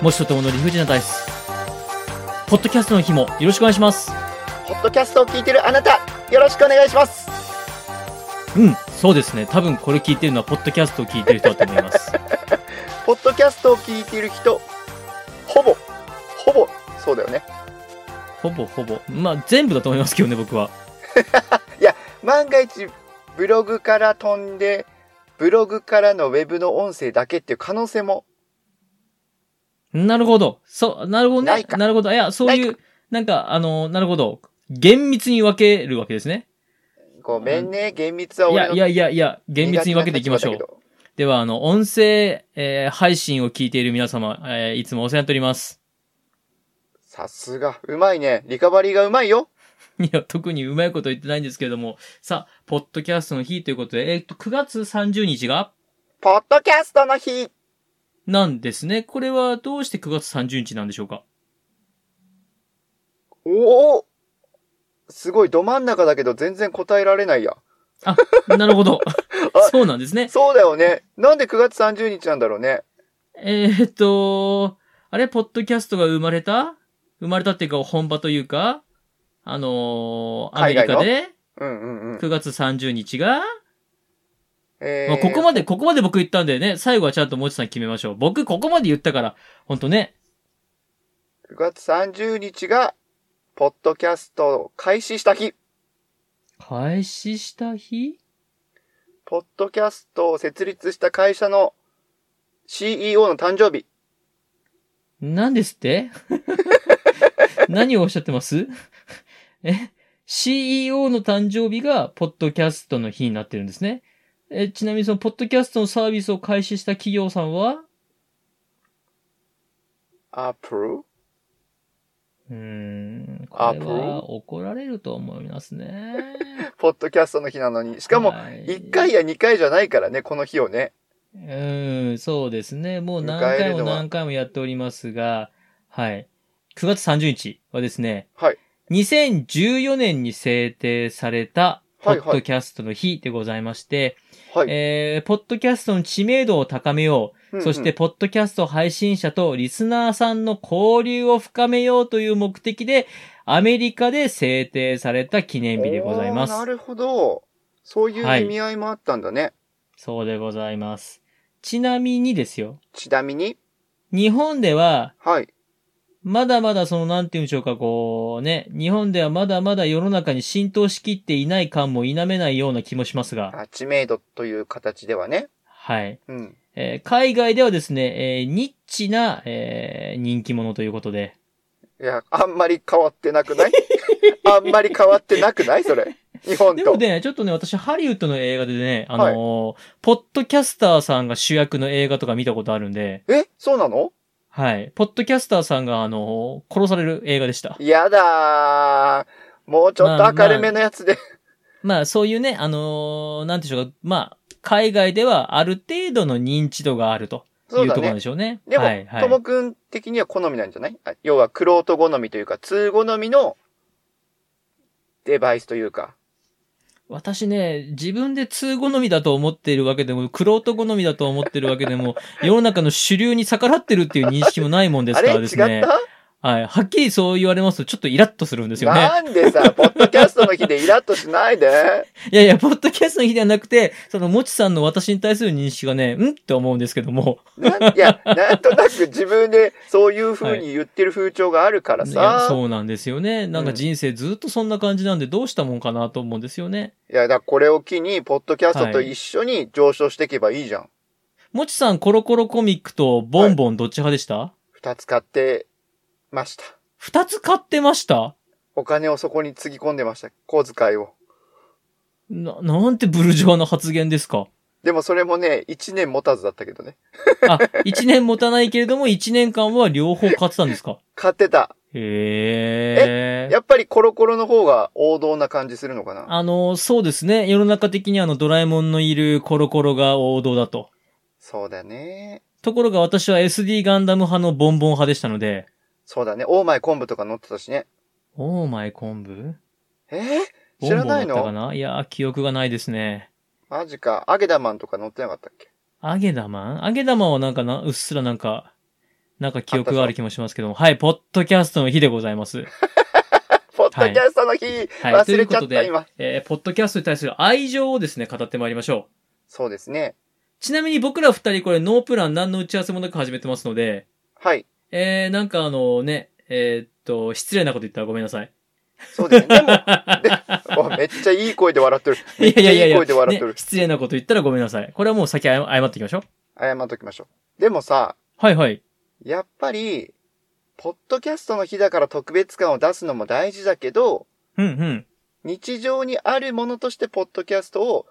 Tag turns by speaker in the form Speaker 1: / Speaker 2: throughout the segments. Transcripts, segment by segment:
Speaker 1: もしとともの理不尽なダイス。ポッドキャストの日もよろしくお願いします。
Speaker 2: ポッドキャストを聞いてるあなた、よろしくお願いします。
Speaker 1: うん、そうですね。多分これ聞いてるのは、ポッドキャストを聞いてる人だと思い ます。
Speaker 2: ポッドキャストを聞いてる人、ほぼ、ほぼ、そうだよね。
Speaker 1: ほぼほぼ。まあ、全部だと思いますけどね、僕は。
Speaker 2: 万が一、ブログから飛んで、ブログからのウェブの音声だけっていう可能性も、
Speaker 1: なるほど。そう、なるほど
Speaker 2: な
Speaker 1: ね
Speaker 2: い。か
Speaker 1: なるほど。いや、そうい
Speaker 2: な
Speaker 1: う、なんか、あの、なるほど。厳密に分けるわけですね。
Speaker 2: ごめんね、厳密はい俺
Speaker 1: や、
Speaker 2: の
Speaker 1: いやいやいや、厳密に分けていきましょう。
Speaker 2: う。
Speaker 1: では、あの、音声、えー配信を聞いている皆様、えーいつもお世話になっております。
Speaker 2: さすが、うまいね。リカバリーがうまいよ。
Speaker 1: いや、特にうまいこと言ってないんですけれども、さあ、ポッドキャストの日ということで、えっ、と、9月30日が、
Speaker 2: ポッドキャストの日。
Speaker 1: なんですね。これはどうして9月30日なんでしょうか
Speaker 2: おおすごい、ど真ん中だけど全然答えられないや。
Speaker 1: あ、なるほ ど。そうなんですね。
Speaker 2: そうだよね。なんで9月30日なんだろうね。
Speaker 1: えー、っと、あれ、ポッドキャストが生まれた生まれたっていうか、本場というか、あのーアメリカ
Speaker 2: 海
Speaker 1: で、
Speaker 2: うんうんうん。
Speaker 1: 9月30日が、
Speaker 2: え
Speaker 1: まあ、ここまで、ここまで僕言ったんでね、最後はちゃんともちさん決めましょう。僕、ここまで言ったから、ほんとね、
Speaker 2: 9月30日が、ポッドキャストを開始した日。
Speaker 1: 開始した日
Speaker 2: ポッドキャストを設立した会社の CEO の誕生日。
Speaker 1: 何ですって 何をおっしゃってます え ?CEO の誕生日が、ポッドキャストの日になってるんですね。え、ちなみにその、ポッドキャストのサービスを開始した企業さんは
Speaker 2: アップル
Speaker 1: うーん、
Speaker 2: ア
Speaker 1: こ
Speaker 2: ッ
Speaker 1: れ
Speaker 2: プ
Speaker 1: は怒られると思いますね。
Speaker 2: ポッドキャストの日なのに。しかも、
Speaker 1: はい
Speaker 2: 1回や2回じゃないからね、この日をね。
Speaker 1: うーん、そうですね。もう何
Speaker 2: 迎え
Speaker 1: 回
Speaker 2: る
Speaker 1: も
Speaker 2: のは
Speaker 1: 何回もやっておりますが、はい。9月30日はですね、
Speaker 2: はい。
Speaker 1: 2014年に制定された、ポ
Speaker 2: はいはい
Speaker 1: ッドキャストの日でございまして、
Speaker 2: はい。
Speaker 1: えー、ポッドキャストの知名度を高めよう、
Speaker 2: うんうん
Speaker 1: そして、、ポッドキャスト配信者とリスナーさんの交流を深めようという目的で、アメリカで制定された記念日でございます
Speaker 2: おー。なるほど。そういう意味合いもあったんだね。
Speaker 1: そうでございます。ちなみにですよ。
Speaker 2: ちなみに、
Speaker 1: 日本では、
Speaker 2: はい。
Speaker 1: まだまだその、なんて言うんでしょうか、こうね、日本ではまだまだ世の中に浸透しきっていない感も否めないような気もしますが、
Speaker 2: あ知名度という形ではね。
Speaker 1: はい。
Speaker 2: うん。
Speaker 1: えー海外ではですね、えーニッチな、えー人気者ということで、
Speaker 2: いや、あんまり変わってなく ないあんまり変わってなくないそれ。日本
Speaker 1: でも
Speaker 2: と。
Speaker 1: ね、ちょっとね、私、ハリウッドの映画でね、あのーポッドキャスターさんが主役の映画とか見たことあるんで、
Speaker 2: えそうなの
Speaker 1: はい。ポッドキャスターさんが、あのー殺される映画でした。
Speaker 2: やだー。もうちょっと明るめのやつで。
Speaker 1: まあ、そういうね、あのーなんて言うんでしょうか、まあ、海外ではある程度の認知度があるとい
Speaker 2: そう
Speaker 1: うと
Speaker 2: だ
Speaker 1: ころなん
Speaker 2: ね
Speaker 1: で。しょうね。
Speaker 2: でも
Speaker 1: はい、、は
Speaker 2: と
Speaker 1: い
Speaker 2: も。くん的には好みなんじゃないあ要は、クロート好みというか、通好みのデバイスというか。
Speaker 1: 私ね、自分で通好みだと思っているわけでも、クロート好みだと思っているわけで も、世の中の主流に逆らってるっていう認識もないもんです
Speaker 2: あ
Speaker 1: か
Speaker 2: れ
Speaker 1: ら
Speaker 2: 違
Speaker 1: で
Speaker 2: っ
Speaker 1: すね。
Speaker 2: た
Speaker 1: はい。はっきりそう言われますと、ちょっとイラッとするんですよね。
Speaker 2: なんで さ、ポッドキャストの日でイラッとしないで。
Speaker 1: いやいや、ポッドキャストの日ではなくて、その、もちさんの私に対する認識がね、んって思うんですけども。
Speaker 2: なんいや、なんとなく自分でそういう風に言ってる風潮があるから
Speaker 1: い
Speaker 2: さ。
Speaker 1: や
Speaker 2: い、
Speaker 1: そうなんですよね。なんか人生ずっとそんな感じなんで、どうしたもんかなと思うんですよね。
Speaker 2: や、だからこれを機に、ポッドキャストと一緒に上昇していけばいいじゃん。
Speaker 1: もちさん、コロコロコミックとボンボンどっち派でした
Speaker 2: 二、つ買ってました。
Speaker 1: 二、つ買ってました
Speaker 2: お金をそこにつぎ込んでました。小遣いを。
Speaker 1: な、なんてブルジョアの発言ですか
Speaker 2: でもそれもね、一年持たずだったけどね。
Speaker 1: あ、 一年持たないけれども、一年間は両方買ってたんですか
Speaker 2: 買ってた。
Speaker 1: へえ。
Speaker 2: やっぱりコロコロの方が王道な感じするのかな。
Speaker 1: あの、そうですね。世の中的にあの、ドラえもんのいるコロコロが王道だと。
Speaker 2: そうだね。
Speaker 1: ところが私は SD ガンダム派のボンボン派でしたので、
Speaker 2: そうだね。オーマイ昆布とか乗ってたしね。
Speaker 1: オーマイ昆布
Speaker 2: えー、
Speaker 1: ボ
Speaker 2: 知
Speaker 1: ンボ
Speaker 2: ら
Speaker 1: ンだ
Speaker 2: な
Speaker 1: っ
Speaker 2: い
Speaker 1: たか
Speaker 2: の
Speaker 1: ないやー、記憶がないですね。
Speaker 2: マジか。アゲダマンとか乗ってなかったっけ
Speaker 1: アゲダマンアゲダマンはなんかな、うっすらなんか、なんか記憶がある気もしますけども、はい、ポッドキャストの日でございます。
Speaker 2: ポッドキャストの日、
Speaker 1: はい
Speaker 2: 忘れちゃっ
Speaker 1: ということ
Speaker 2: た
Speaker 1: で
Speaker 2: 今。
Speaker 1: えーポッドキャストに対する愛情をですね、語ってまいりましょう。
Speaker 2: そうですね。
Speaker 1: ちなみに僕ら二人これノープラン何の打ち合わせもなく始めてますので、
Speaker 2: はい。
Speaker 1: えー、なんかあのね、えーっと、失礼なこと言ったらごめんなさい。
Speaker 2: そうですね。でも、おめっちゃいい声で笑ってる。めっちゃいい声で笑って
Speaker 1: ね
Speaker 2: る。
Speaker 1: 失礼なこと言ったらごめんなさい。これはもう先謝謝っていきましょう。
Speaker 2: 謝っときましょう。でもさ、
Speaker 1: はいはい。
Speaker 2: やっぱり、ポッドキャストの日だから特別感を出すのも大事だけど、
Speaker 1: うんうん。
Speaker 2: 日常にあるものとしてポッドキャストを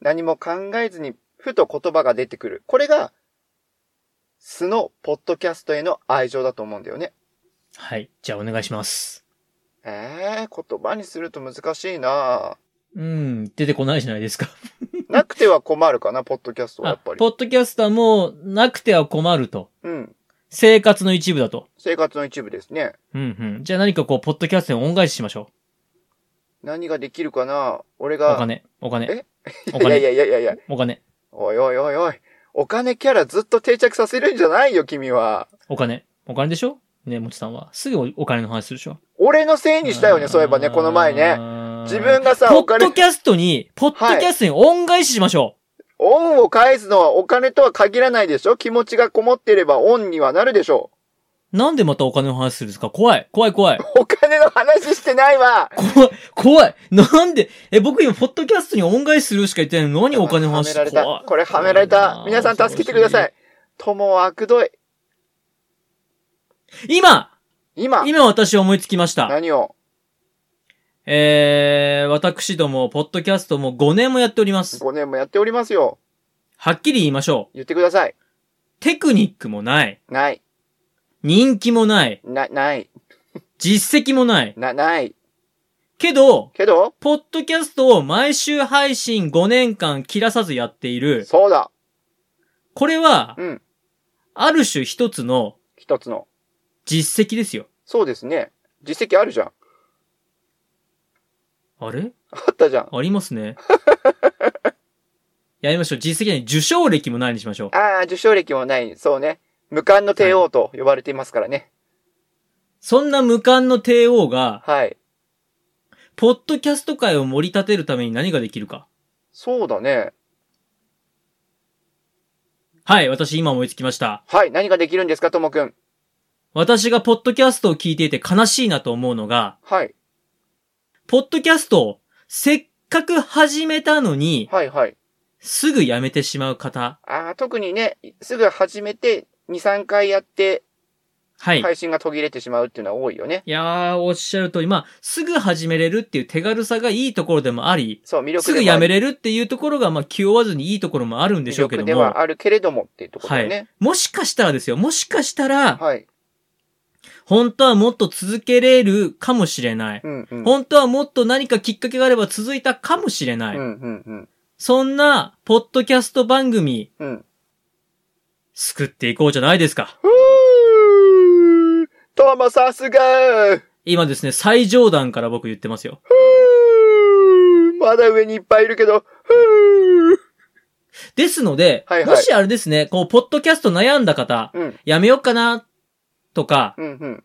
Speaker 2: 何も考えずにふと言葉が出てくる。これが素のポッドキャストへの愛情だと思うんだよね。
Speaker 1: はい。じゃあお願いします。
Speaker 2: えー、言葉にすると難しいなぁ
Speaker 1: うん、出てこないじゃないですか。
Speaker 2: なくては困るかな、ポッドキャストはや
Speaker 1: あ
Speaker 2: っぱり
Speaker 1: ポ。ッドキャストはもうなくては困ると。
Speaker 2: うん。
Speaker 1: 生活の一部だと。
Speaker 2: 生活の一部ですね。
Speaker 1: うんうん。じゃあ何かこう、ポッドキャストに恩返ししましょ
Speaker 2: 何ができるかな俺
Speaker 1: う。お
Speaker 2: が。
Speaker 1: 金、お金、
Speaker 2: え
Speaker 1: お
Speaker 2: いや
Speaker 1: 金、
Speaker 2: いやいやいやいや。
Speaker 1: お金、
Speaker 2: おいおいおいおい。お金キャラずっと定着させるんじゃないよ、君は。
Speaker 1: お金。お金でしょねもちさんは。すぐおお金の話するでしょ
Speaker 2: 俺のせいにしたよね、そういえばね、この前ね。。自分がさ、
Speaker 1: ポ
Speaker 2: お
Speaker 1: ッド
Speaker 2: 金、
Speaker 1: キャストに、ポッドキャストに恩返ししましょ
Speaker 2: 恩を返すのはお金とは限らないでしょ気持ちがこもってれば恩にはなるでしょ
Speaker 1: う。なんでまたお金の話するんですか怖い、怖い、怖い。
Speaker 2: お金の話してないわ
Speaker 1: 怖い、怖い。なんで、え、僕今、ポッドキャストに恩返しするしか言ってないのに何お金の
Speaker 2: は
Speaker 1: 話
Speaker 2: め
Speaker 1: す
Speaker 2: ら
Speaker 1: る
Speaker 2: れた。これはめられた。皆さん助けてくださ。い。友は悪どい。
Speaker 1: 怖いな今
Speaker 2: 今、
Speaker 1: 今私思いつきました。
Speaker 2: 何を
Speaker 1: えー、私ども、ポッドキャストも5年もやっております。
Speaker 2: 5年もやっておりますよ。
Speaker 1: はっきり言いましょう。
Speaker 2: 言ってください。
Speaker 1: テクニックもない。
Speaker 2: ない。
Speaker 1: 人気もない。
Speaker 2: な、ない。
Speaker 1: 実績もない。
Speaker 2: な、ない。
Speaker 1: けど、
Speaker 2: けど、
Speaker 1: ポッドキャストを毎週配信5年間切らさずやっている。
Speaker 2: そうだ。
Speaker 1: これは、
Speaker 2: うん。
Speaker 1: ある種一つの
Speaker 2: 一つの。
Speaker 1: 実績ですよ。
Speaker 2: そうですね。実績あるじゃん。
Speaker 1: あれ
Speaker 2: あったじゃん。
Speaker 1: ありますね。 やりましょう。実績はね受賞歴もないにしましょう。
Speaker 2: ああ、受賞歴もない。そうね。無冠の帝王と呼ばれていますからね。
Speaker 1: そんな無冠の帝王が、
Speaker 2: はい。
Speaker 1: ポッドキャスト界を盛り立てるために何ができるか。
Speaker 2: そうだね。
Speaker 1: はい、私今思いつきました。
Speaker 2: はい。何ができるんですか、ともくん。
Speaker 1: 私がポッドキャストを聞いていて悲しいなと思うのが、
Speaker 2: はい。
Speaker 1: ポッドキャストをせっかく始めたのに、
Speaker 2: はい、はい。
Speaker 1: すぐやめてしまう方。
Speaker 2: ああ、特にね、すぐ始めて、2、3回やって、
Speaker 1: はい。い
Speaker 2: 配信が途切れてしまうっていうのは多いよね。
Speaker 1: やー、おっしゃる通り、まあ、すぐ始めれるっていう手軽さがいいところでもあり、
Speaker 2: そう、魅力
Speaker 1: す
Speaker 2: で
Speaker 1: ぐ
Speaker 2: も
Speaker 1: や
Speaker 2: ある
Speaker 1: めれるっていうところが、まあ、気負わずにいいところもあるんで
Speaker 2: 魅
Speaker 1: しょうけ
Speaker 2: 力
Speaker 1: ど
Speaker 2: で
Speaker 1: も、
Speaker 2: はあるけれどもっていうところだよね。
Speaker 1: もしかしたらですよ、もしかしたら、
Speaker 2: はい。
Speaker 1: 本当はもっと続けれるかもしれない。
Speaker 2: うん、うん。
Speaker 1: 本当はもっと何かきっかけがあれば続いたかもしれない。
Speaker 2: うん、うん、うん。
Speaker 1: そんな、ポッドキャスト番組、
Speaker 2: うん。
Speaker 1: 救っていこうじゃないですか。
Speaker 2: ふぅートモさすがー
Speaker 1: 今ですね、最上段から僕言ってますよ。
Speaker 2: ふぅーまだ上にいっぱいいるけど、ふ
Speaker 1: ですので、
Speaker 2: はいは
Speaker 1: も
Speaker 2: い
Speaker 1: しあれですね、こう、ポッドキャスト悩んだ方
Speaker 2: ぅ、ーうん、
Speaker 1: やめようかな、とか、
Speaker 2: うん、うん。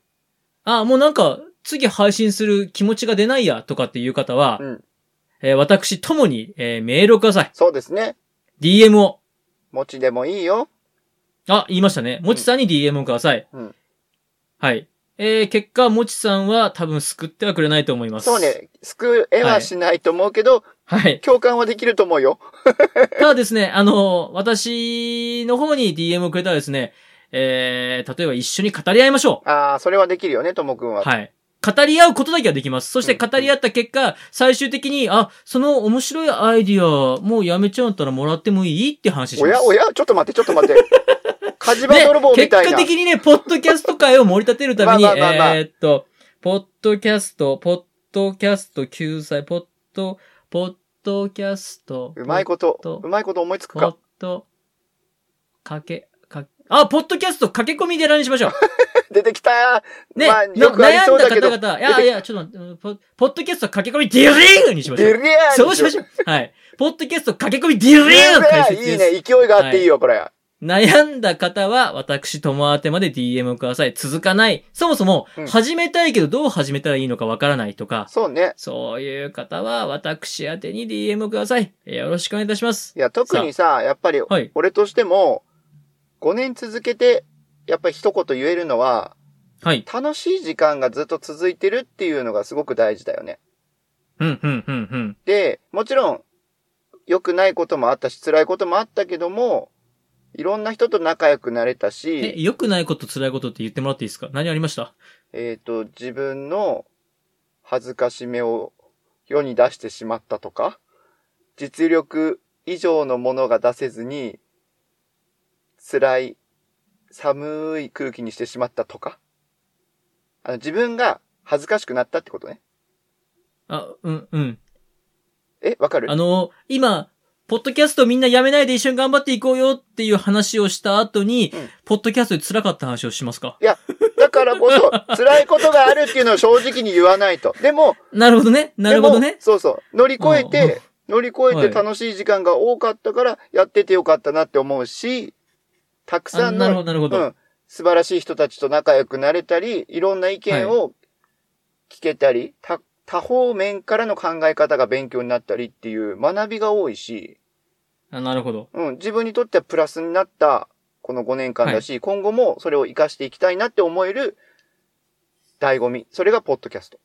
Speaker 1: あ、もうなんか、次配信する気持ちが出ないや、とかっていう方は、
Speaker 2: うん
Speaker 1: えー私ともに、えーメールをください。
Speaker 2: そうですね。
Speaker 1: DM を。
Speaker 2: 持ちでもいいよ。
Speaker 1: あ、言いましたね。もちさんに DM をください。
Speaker 2: うん
Speaker 1: はい。えー、結果、もちさんは多分救ってはくれないと思います。
Speaker 2: そう。ね。救えはしないと思うけど、
Speaker 1: はい。
Speaker 2: 共感はできると思うよ。
Speaker 1: ただですね、あのー私の方に DM をくれたらですね、えー、例えば一緒に語り合いましょ
Speaker 2: ああ、それはできるよね、ともくん
Speaker 1: う。
Speaker 2: は。
Speaker 1: はい。語り合うことだけはできます。そして
Speaker 2: うんうん
Speaker 1: 語り合った結果、最終的に、あ、その面白いアイディア、もうやめちゃうんだったらもらってもいいって話し
Speaker 2: お
Speaker 1: ます。
Speaker 2: やおやちょっと待って、ちょっと 待って。火事場泥棒み
Speaker 1: 結
Speaker 2: たい
Speaker 1: 果
Speaker 2: な。
Speaker 1: 的にね、ポッドキャスト界を盛り立てるために、
Speaker 2: まあまあまあまあ
Speaker 1: えーっと、ポッドキャスト、ポッドキャスト救済、ポッド、ポッドキャスト。
Speaker 2: うまいこ
Speaker 1: ポッ
Speaker 2: と、うまいこと思いつく
Speaker 1: ポッ
Speaker 2: か。
Speaker 1: ド、かけ、かけ、あ、ポッドキャスト駆け込み寺にしましょ
Speaker 2: 出てきた
Speaker 1: う。ね、
Speaker 2: まあ
Speaker 1: の
Speaker 2: よくありそうだけど
Speaker 1: 悩んだ方々、いやいや、ちょっと待ってポ、ポッドキャスト駆け込みデリーグにしましょ
Speaker 2: デ
Speaker 1: う。
Speaker 2: リアー
Speaker 1: そうしましょう。はい。ポッドキャスト駆け込みデリーグ
Speaker 2: デ
Speaker 1: 解
Speaker 2: リア
Speaker 1: 説
Speaker 2: ーいい
Speaker 1: です。
Speaker 2: ね、勢いがあっていいよ、これ。
Speaker 1: 悩んだ方は、私、友宛てまで DM をください。続かない。そもそも
Speaker 2: うん、
Speaker 1: 始めたいけどどう始めたらいいのかわからないとか、
Speaker 2: そうね。
Speaker 1: そういう方は、私宛てに DM をください。えーよろしくお願いいたします。
Speaker 2: いや、特にさ、やっぱり、
Speaker 1: はい
Speaker 2: 俺としても、5年続けて、やっぱり一言言えるのは、
Speaker 1: はい。
Speaker 2: 楽しい時間がずっと続いてるっていうのがすごく大事だよね。
Speaker 1: うん、うん、うん、うん。
Speaker 2: で、もちろん、良くないこともあったし、辛いこともあったけども、いろんな人と仲良くなれた
Speaker 1: え、
Speaker 2: し、
Speaker 1: 良くないこと、辛いことって言ってもらっていいですか何ありました
Speaker 2: えっ、と、自分の恥ずかしめを世に出してしまったとか、実力以上のものが出せずに、辛い、寒い空気にしてしまったとか、あの、自分が恥ずかしくなったってことね。
Speaker 1: あ、うん、うん。
Speaker 2: え、わかる
Speaker 1: あの、今、ポッドキャストみんなやめないで一緒に頑張っていこうよっていう話をした後に、
Speaker 2: うん
Speaker 1: ポッドキャストで辛かった話をしますか
Speaker 2: いや、だからこそ、辛いことがあるっていうのを正直に言わないと。でも、
Speaker 1: なるほどね。なるほど
Speaker 2: でも
Speaker 1: ね。
Speaker 2: そうそう。乗り越えて、乗り越え
Speaker 1: は
Speaker 2: て
Speaker 1: い
Speaker 2: 楽しい時間が多かったから、やっててよかったなって思うし、たくさ
Speaker 1: あ
Speaker 2: ん
Speaker 1: なるほど、
Speaker 2: の、
Speaker 1: なるほど。
Speaker 2: うん、素晴らしい人たちと仲良くなれたり、いろんな意見を聞けたり、た多方面からの考え方が勉強になったりっていう学びが多いし、
Speaker 1: あなるほど。
Speaker 2: うん、自分にとってはプラスになったこの5年間だし、今後もそれを活かしていきたいなって思える醍醐味。それがポッドキャスト。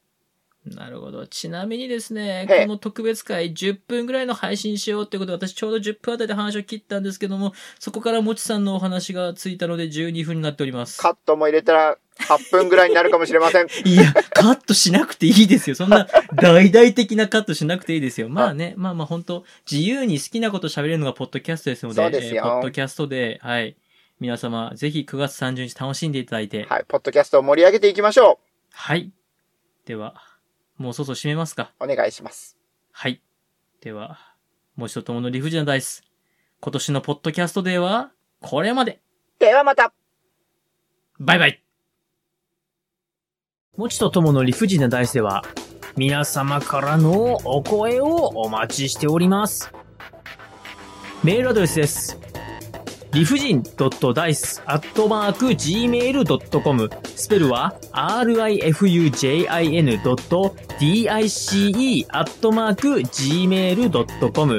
Speaker 1: なるほど。ちなみにですね、
Speaker 2: へえ
Speaker 1: この特別会10分ぐらいの配信しようってことで、私ちょうど10分あたりで話を切ったんですけども、そこからもちさんのお話がついたので12分になっております
Speaker 2: カ。ットも入れたら8分ぐらいになるかもしれません。
Speaker 1: いや、カットしなくていいですよ。そんな大々的なカットしなくていいです よ。まあね、まあまあ本当自由に好きなこと喋れるのがポッドキャストですので、
Speaker 2: そうですよ
Speaker 1: えーポッドキャストで、はい。皆様、ぜひ9月30日楽しんでいただいて。
Speaker 2: はい、ポッドキャストを盛り上げていきましょ
Speaker 1: はい。では、もうそろそろ締めますか。
Speaker 2: う。お願いします。
Speaker 1: はい。では、もう一度ともの理不尽なダイス。今年のポッドキャストデーは、これまで
Speaker 2: ではまた
Speaker 1: バイバイもちとともの理不尽な大世は、皆様からのお声をお待ちしております。メールアドレスです。理不尽 d i c e g m a i l c o m スペルは rifujin.dice g m a i l c o m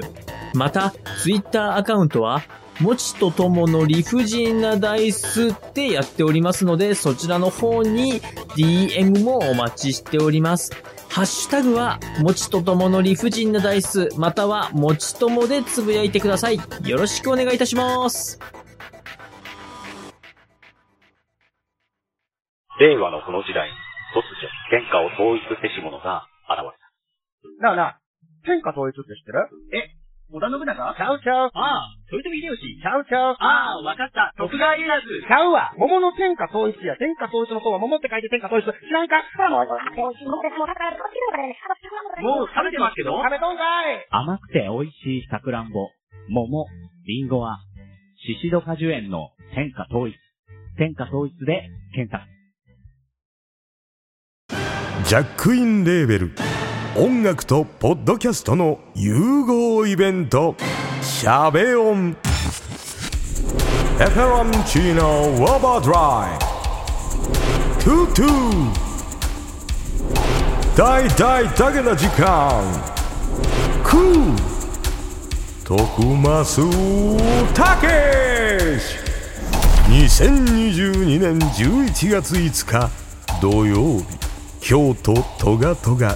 Speaker 1: また、ツイッターアカウントは、もちとともの理不尽なダイスってやっておりますので、そちらの方に DM もお待ちしております。ハッシュタグは、もちとともの理不尽なダイス、または、もちともでつぶやいてください。よろしくお願いいたします。
Speaker 3: 令和のこの時代、突如、天下を統一せし者が現れた。
Speaker 4: なあなあ、天下統一って知ってるえ、織田信長ちゃうちゃう。ああ、豊臣秀吉。ちゃうちゃう。ああ、わかった。徳川家康。ちゃうわ。桃の天下統一や。天下統一の方は桃って書いて天下統一。知らんかもう食べてますけど食べとんかい
Speaker 5: 甘くて美味しいさくらんぼ、桃、りんごは、シシド果樹園の天下統一。天下統一で検索。
Speaker 6: ジャックインレーベル音楽とポッドキャストの融合イベント「シャベオン」「エフェロンチーノウォーバードライ」「トゥトゥ」「大大だけな時間」「クー」「徳マスたけし」2022年11月5日土曜日京都トガトガ